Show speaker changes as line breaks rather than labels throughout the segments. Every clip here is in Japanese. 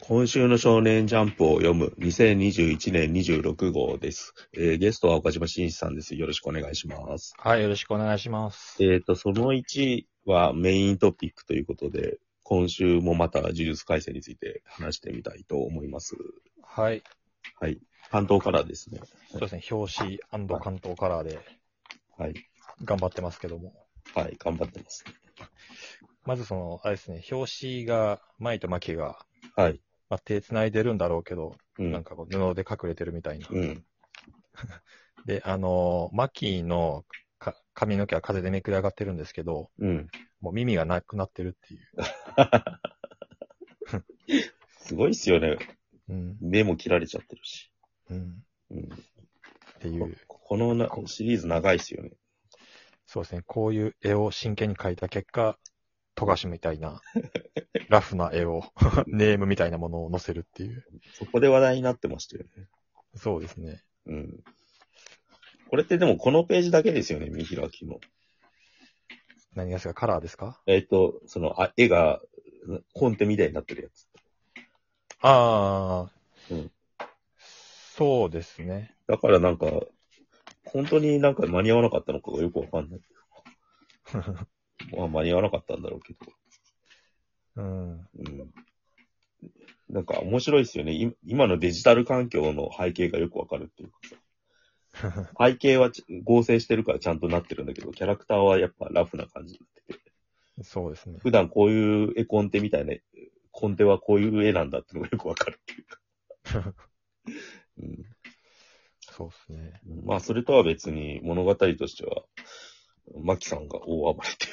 今週の少年ジャンプを読む2021年26号です。えーゲストは岡島真司さんです。よろしくお願いします。
はい、よろしくお願いします。
えっ、と、その1はメイントピックということで、今週もまた呪術改正について話してみたいと思います。
はい。
はい。関東からですね。
そうですね、表紙関東カラーで
はい。
頑張ってますけども。
はい。頑張ってます。
まずその、あれですね、表紙が、舞と巻が、
はい。
まあ、手繋いでるんだろうけど、
う
なん
ん。
かこう布で隠れてるみたいな。
うん。
で、あのー、巻のか髪の毛は風でめくれ上がってるんですけど、
うん。
もう耳がなくなってるっていう。
すごいっすよね。
うん。
目も切られちゃってるし。
うん。
うん。
っていう。
ここのなシリーズ長いっすよね。
そうですね、こういう絵を真剣に描いた結果、富樫みたい な、ラフな絵を、 ネームみたいなものを載せるっていう。
そこで話題になってましたよね。
そうですね。
うん。これってでもこのページだけですよね、見開きの。
何がですかカラーですか
えっ、と、その、あ、絵が、コンテみたいになってるやつ。
ああ、
うん
そうですね。
だからなんか、本当になんか間に合わなかったのかがよくわかんない。まあ間に合わなかったんだろうけ
う
ど。
ん。
うん。なんか面白いですよね。い今のデジタル環境の背景がよくわかるっていうかさ。背景はち合成してるからちゃんとなってるんだけど、キャラクターはやっぱラフな感じになってて。
そうですね。
普段こういう絵コンテみたいな、コンテはこういう絵なんだってのがよくわかるっていうか。う
そうですね。
ん、まあ、それとは別に物語としては、マキさんが大暴れってい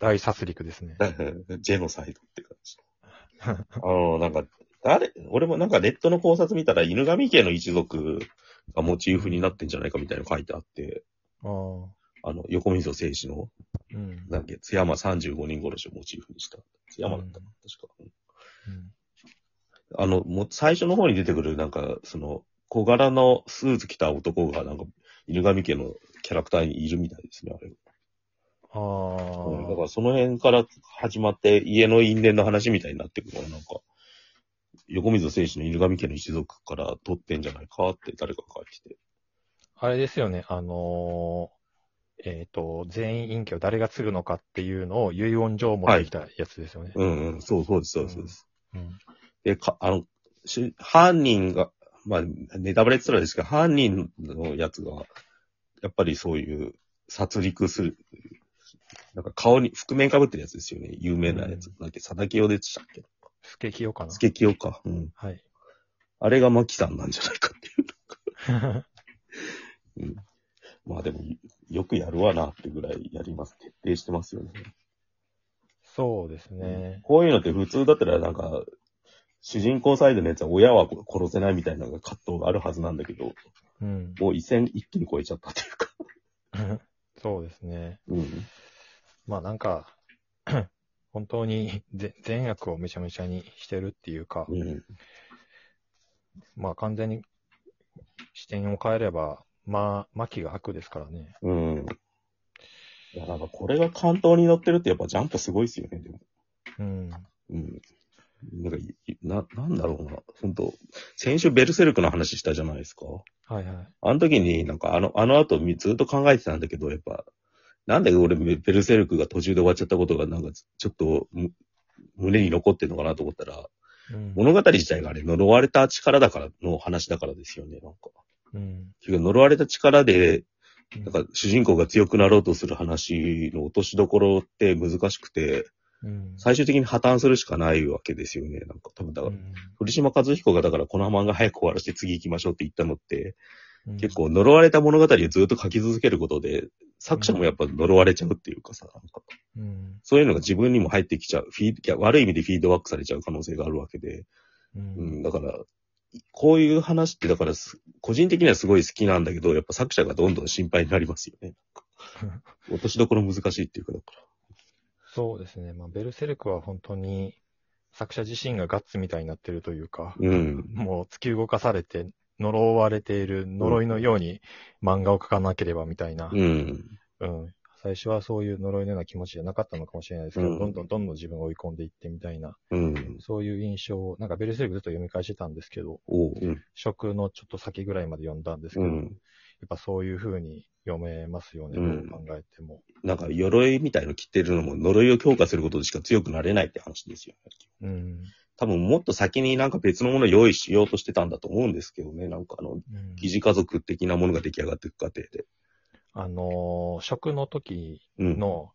大殺戮ですね。
うか、 ジェノサイドって感じ。あの、なんか、誰、俺もなんかネットの考察見たら犬神家の一族がモチーフになってんじゃないかみたいなの書いてあって、
ああ。
あの、横溝静止の、
うん。
なんだっけ、津山35人殺しをモチーフにした。津山だったかな、確か。
うん
あの、もう最初の方に出てくる、なんか、その、小柄のスーツ着た男が、なんか、犬神家のキャラクターにいるみたいですね、あれ。
あ
うんだか
あ。
らその辺から始まって、家の因縁の話みたいになってくるから、なんか、横溝選手の犬神家の一族から取ってんじゃないかって誰かが書いてて。
あれですよね。あのーえっ、と、全員隠居を誰が継ぐのかっていうのを遺言状を持ってきたやつですよね。
うんうん、そうそうです、そうですそうです。
うん。
で、か、あの、し犯人が、まあ、ネタバレって言ったらですけど、犯人のやつが、やっぱりそういう、殺戮する、なんか顔に覆面被ってるやつですよね。有名なやつ。
うん
なんだっけ、佐田清でしたっけ
スケキヨかな
スケキヨか。うん。
はい。
あれがマキさんなんじゃないかって いう。まあでも、よくやるわなってぐらいやります。徹底してますよね。
そうですね。
こういうのって普通だったらなんか、主人公サイドのやつは親は殺せないみたいなのが葛藤があるはずなんだけど、
うん。
もう一線一気に超えちゃったっていうか。
そうですね。
うん。
まあなんか、 本当にぜ善悪をめちゃめちゃにしてるっていうか、
うん。
まあ完全に視点を変えれば、まあ、巻が悪ですからね。
うん。いや、なんかこれが関東に乗ってるってやっぱジャンプすごいですよね、でも。
うん。
うん。なんかい、いな、なんだろうな。本当先週ベルセルクの話したじゃないですか。
はいはい。
あの時になんかあの、あの後みずっと考えてたんだけど、やっぱ、なんで俺ベベルセルクが途中で終わっちゃったことがなんかちょっとむ胸に残ってんのかなと思ったら、
うん。
物語自体があれ呪われた力だからの話だからですよね、なんか。
うん。
結局呪われた力で
うん
なんか主人公が強くなろうとする話の落としどころって難しくて、
うん。
最終的に破綻するしかないわけですよね。なんか多分だから、
うん
鳥島和彦がだからこの漫画早く終わらせて次行きましょうって言ったのって、
うん
結構呪われた物語をずっと書き続けることで、作者もやっぱ呪われちゃうっていうかさ、なんか
うん。
そういうのが自分にも入ってきちゃう、フィードいや悪い意味でフィードバックされちゃう可能性があるわけで、
う。
うんん、だから、こういう話ってだからす、個人的にはすごい好きなんだけど、やっぱ作者がどんどん心配になりますよ ね。落としどころ難しいっていうか、だから。
そうですね。まあ、ベルセルクは本当に作者自身がガッツみたいになってるというか、
うん。
もう突き動かされて、呪われている呪いのように漫画を描かなければみたいな、
うん。
うん、最初はそういう呪いのような気持ちじゃなかったのかもしれないですけど、
うん
どんどんどんどん自分を追い込んでいってみたいな、
うん。
そういう印象を、なんかベルセルクずっと読み返してたんですけど、
おう。うん。
食のちょっと先ぐらいまで読んだんですけ
う
ど、や
ん。
っぱそういう風に読めますよね、
うん
どう考えても。
なんか、鎧みたいの着てるのも、呪いを強化することでしか強くなれないって話ですよね。
うん。
多分、もっと先になんか別のものを用意しようとしてたんだと思うんですけどね。なんか、あの、
うん
疑似家族的なものが出来上がっていく過程で。
あのー食の時
うん。
の、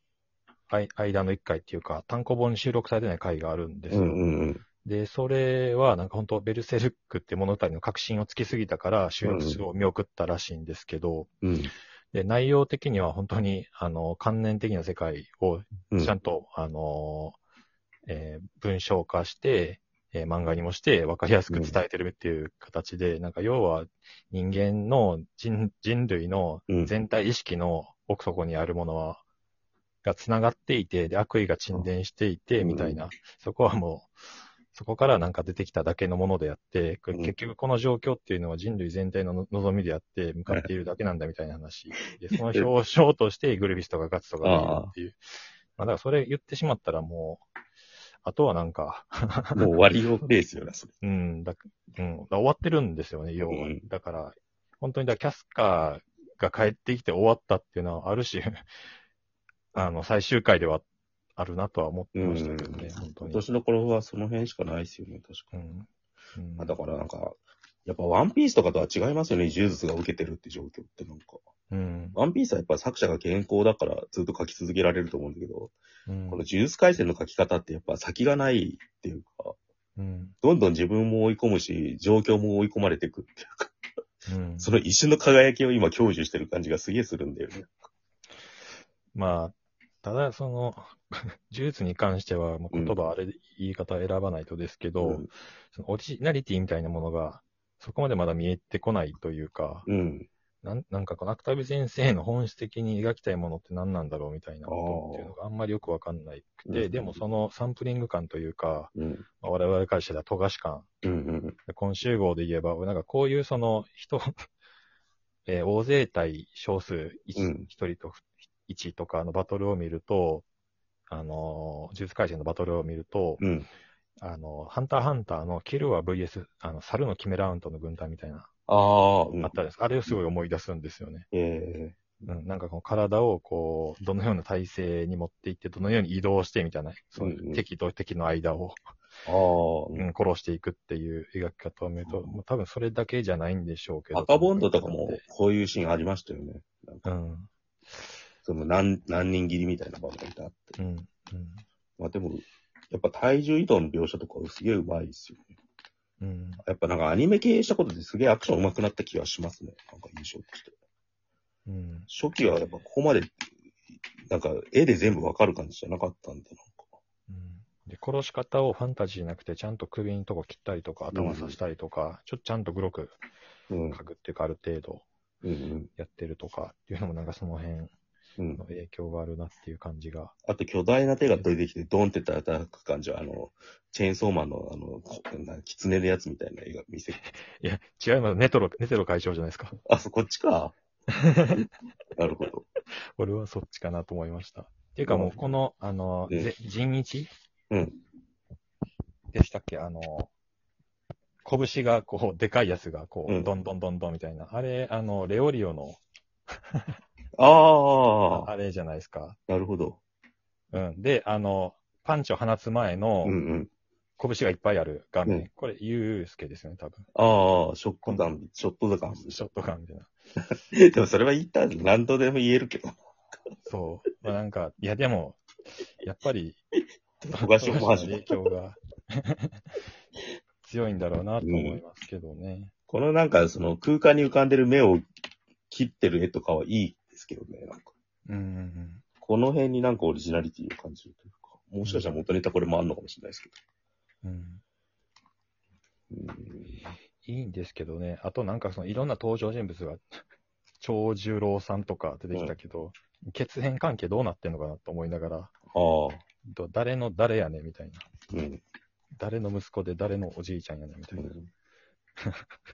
あい間の一回っていうか、単行本に収録されてない回があるんです
う
よ。
んうんうん。
で、それはなんか本当、ベルセルクって物語の確信をつきすぎたから収録を見送ったらしいんですけど、
うん。
で、内容的には本当に、あの、観念的な世界を
うん
ちゃんと、あの、えー文章化して、えー漫画にもして分かりやすく伝えてるっていう形で、なんか要は人間の人人類の
うん。
全体意識の奥底にあるものは、が繋がっていて、で、悪意が沈殿していて、
うん
みたいな、そこはもう、そこからなんか出てきただけのものであって、これ
うん
結局この状況っていうのは人類全体のの望みであって、向かっているだけなんだみたいな 話。で、その表彰としてグルビスとかガッツとかがいるっていう。まあだからそれ言ってしまったらもう、あとはなんか、
もう割りをベースよな、それ。
うん、だ、うん、だから終わってるんですよね、要は
うん。
だから、本当にだからキャスカーが帰ってきて終わったっていうのは、ある種、 あの、最終回ではあるなとは思ってましたけどね、本当
今
に。
年の頃はその辺しかないですよね、確
う
か
ん。うん
まあだからなんか、やっぱワンピースとかとは違いますよね、呪術が受けてるって状況ってなんか。
うん。
ワンピースはやっぱ作者が健康だからずっと書き続けられると思うんだけど、
うん
この呪術回戦の書き方ってやっぱ先がないっていうか、
うん。
どんどん自分も追い込むし、状況も追い込まれていくっていうか、
うん
その一瞬の輝きを今享受してる感じがすげえするんだよね。
まあ、ただ、その、 呪術に関しては、まあ言葉、あれ、言い方選ばないとですけど、
うん
そのオリジナリティみたいなものが、そこまでまだ見えてこないというか、
うん。
なんなんかこの芥部先生の本質的に描きたいものって何なんだろうみたいなことっていうのがあんまりよくわかんないくて、
うん
でもそのサンプリング感というか、
うん。
まあ我々会社では富樫感、
うんうん。
今集合で言えば、なんかこういうその人、 えー大勢対少数一
うん
一人と一とかのバトルを見ると、あのー、呪術改正のバトルを見ると、
うん。
あのー、ハンターハンターのキルア VS、あの、猿のキメラウントの軍団みたいな、
ああ、うん
あったんです。あれをすごい思い出すんですよね。
え
うん、なんかこの体をこう、どのような体勢に持っていって、どのように移動してみたいな、そう
うんうん
敵と敵の間を、
えああ、
うん、殺していくっていう描き方を見ると、もう多分それだけじゃないんでしょうけど。
赤ボンドとかも、こういうシーンありましたよね。なんか、
うん、
その何、何人切りみたいな場面があって。
うん、
まあでも、やっぱ体重移動の描写とかすげえうまいですよね。
うん、うん。
やっぱなんかアニメ経営したことですげえアクション上手くなった気がしますね。なんか印象として。
うん、
初期はやっぱここまで、なんか絵で全部わかる感じじゃなかったんで、なんか。
うん。で、殺し方をファンタジーなくて、ちゃんと首のとこ切ったりとか、頭刺したりとか、ちょっとちゃんと黒く
うん。
描くっていうか、ある程度
うん
やってるとかっていうのもなんかその辺の
うん。うん。
影響があるなっていう感じが。
あと巨大な手が出てきてドンって叩く感じは、あの、チェーンソーマンのあの、こな狐のやつみたいな絵が見せ
いや、違います。ネトロ、ネテロ会長じゃないですか。
あ、そこっち か。なるほど。
俺はそっちかなと思いました。っていうかもう、この、あの、
うん
ぜ人一
うん
でしたっけあの、拳がこう、でかいやつがこ
う
う、
ん
どんどんどんどんみたいな。あれ、あの、レオリオの、
ああ、
あれじゃないですか。
なるほど。
うん。で、あの、パンチを放つ前の
うん、うん。
拳がいっぱいある画面。
うん
これ、ユースケですよね、多分。
ああ、ショットガン、ショットガン。
ショットガンみたいな。
でもそれは言ったら何度でも言えるけど、
そう。まあ、なんか、いや、でも、やっぱり、
富樫オマージュ
影響が 強いんだろうなと思いますけどね。
このなんかその空間に浮かんでる目を切ってる絵とかはいいですけどね、なんか。
うんうんうん。
この辺になんかオリジナリティを感じるというか、もしかしたら元ネタこれもあんのかもしれないですけ
うん、
ど。
いいんですけどね。あとなんかそのいろんな登場人物が、長十郎さんとか出てきたけど、血縁関係どうなってんのかなと思いながら、
うん、ああ、
ど誰の誰やねみたいな。
うん。
誰の息子で誰のおじいちゃんやねみた
う
いな。
ん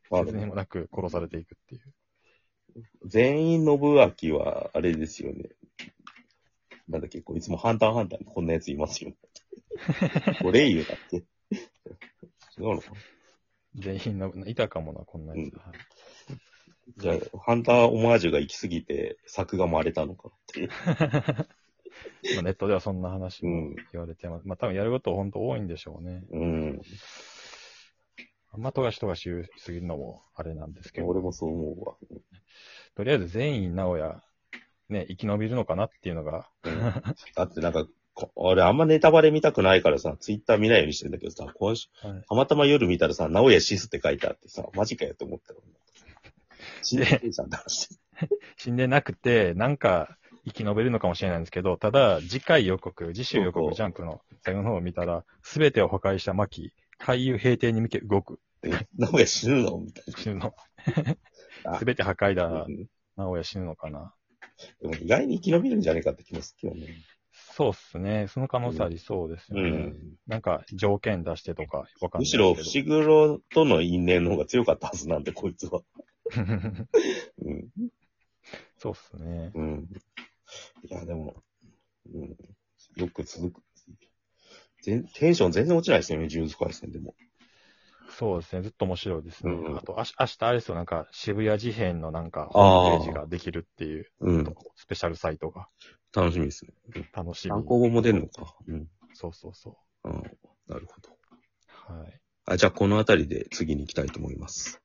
まあ
説明もなく殺されていくっていう。
全員信明は、あれですよね。なんだっけ、こういつもハンターハンターにこんなやついます よ。これ言うだっけ。違うのか
全員の、いたかもな、こんなやつ。
うん
はい
じゃあ、ハンターオマージュが行き過ぎて、作画も荒れたのかって。
まあネットではそんな話
う
も
ん。
言われてます。まあ多分やること本当多いんでしょうね。
うん。
あんま富樫富樫言いすぎるのもあれなんですけど、
俺もそう思うわ。
とりあえず全員直哉、ね、生き延びるのかなっていうのが、
だってなんか、こ俺あんまネタバレ見たくないからさ、ツイッター見ないようにしてんだけどさ、今週、
はい
たまたま夜見たらさ、直哉シスって書いてあってさ、マジかよって思ったよ。死んでるじゃんって話。
死んでなくて、なんか生き延びるのかもしれないんですけど、ただ次回予告、次週予
そうそ
告
う
ジャンプの最後の方を見たら、すべてを破壊した牧、回遊平定に向け動く
名古屋死ぬのみたい
死ぬの
あ。
すべて破壊
な
だ。、直哉死ぬのかな。
でも意外に生き延びるんじゃねえかって気もするよね。
そうっすね。その可能性ありそうですよ
う
ね。
ん。
なんか条件出してとか、わかんない
む
です
し
けど。
ろ、伏黒との因縁の方が強かったはずなんで、こいつは。うん。
そうっすね。
うん。いや、でも、うん。よく続く。全テンション全然落ちないですよね、ジューズ回戦でも。
そうですね。ずっと面白いですね。
うん
あと、あし明日あれですよ、なんか渋谷事変のなんか
あー
ホームページができるっていう、
うん。
スペシャルサイトが
楽しみですね。
楽しみ。
参考本も出るのか。うん。
そうそうそう。
ああなるほど。
はい。
あ、じゃあこの辺りで次に行きたいと思います。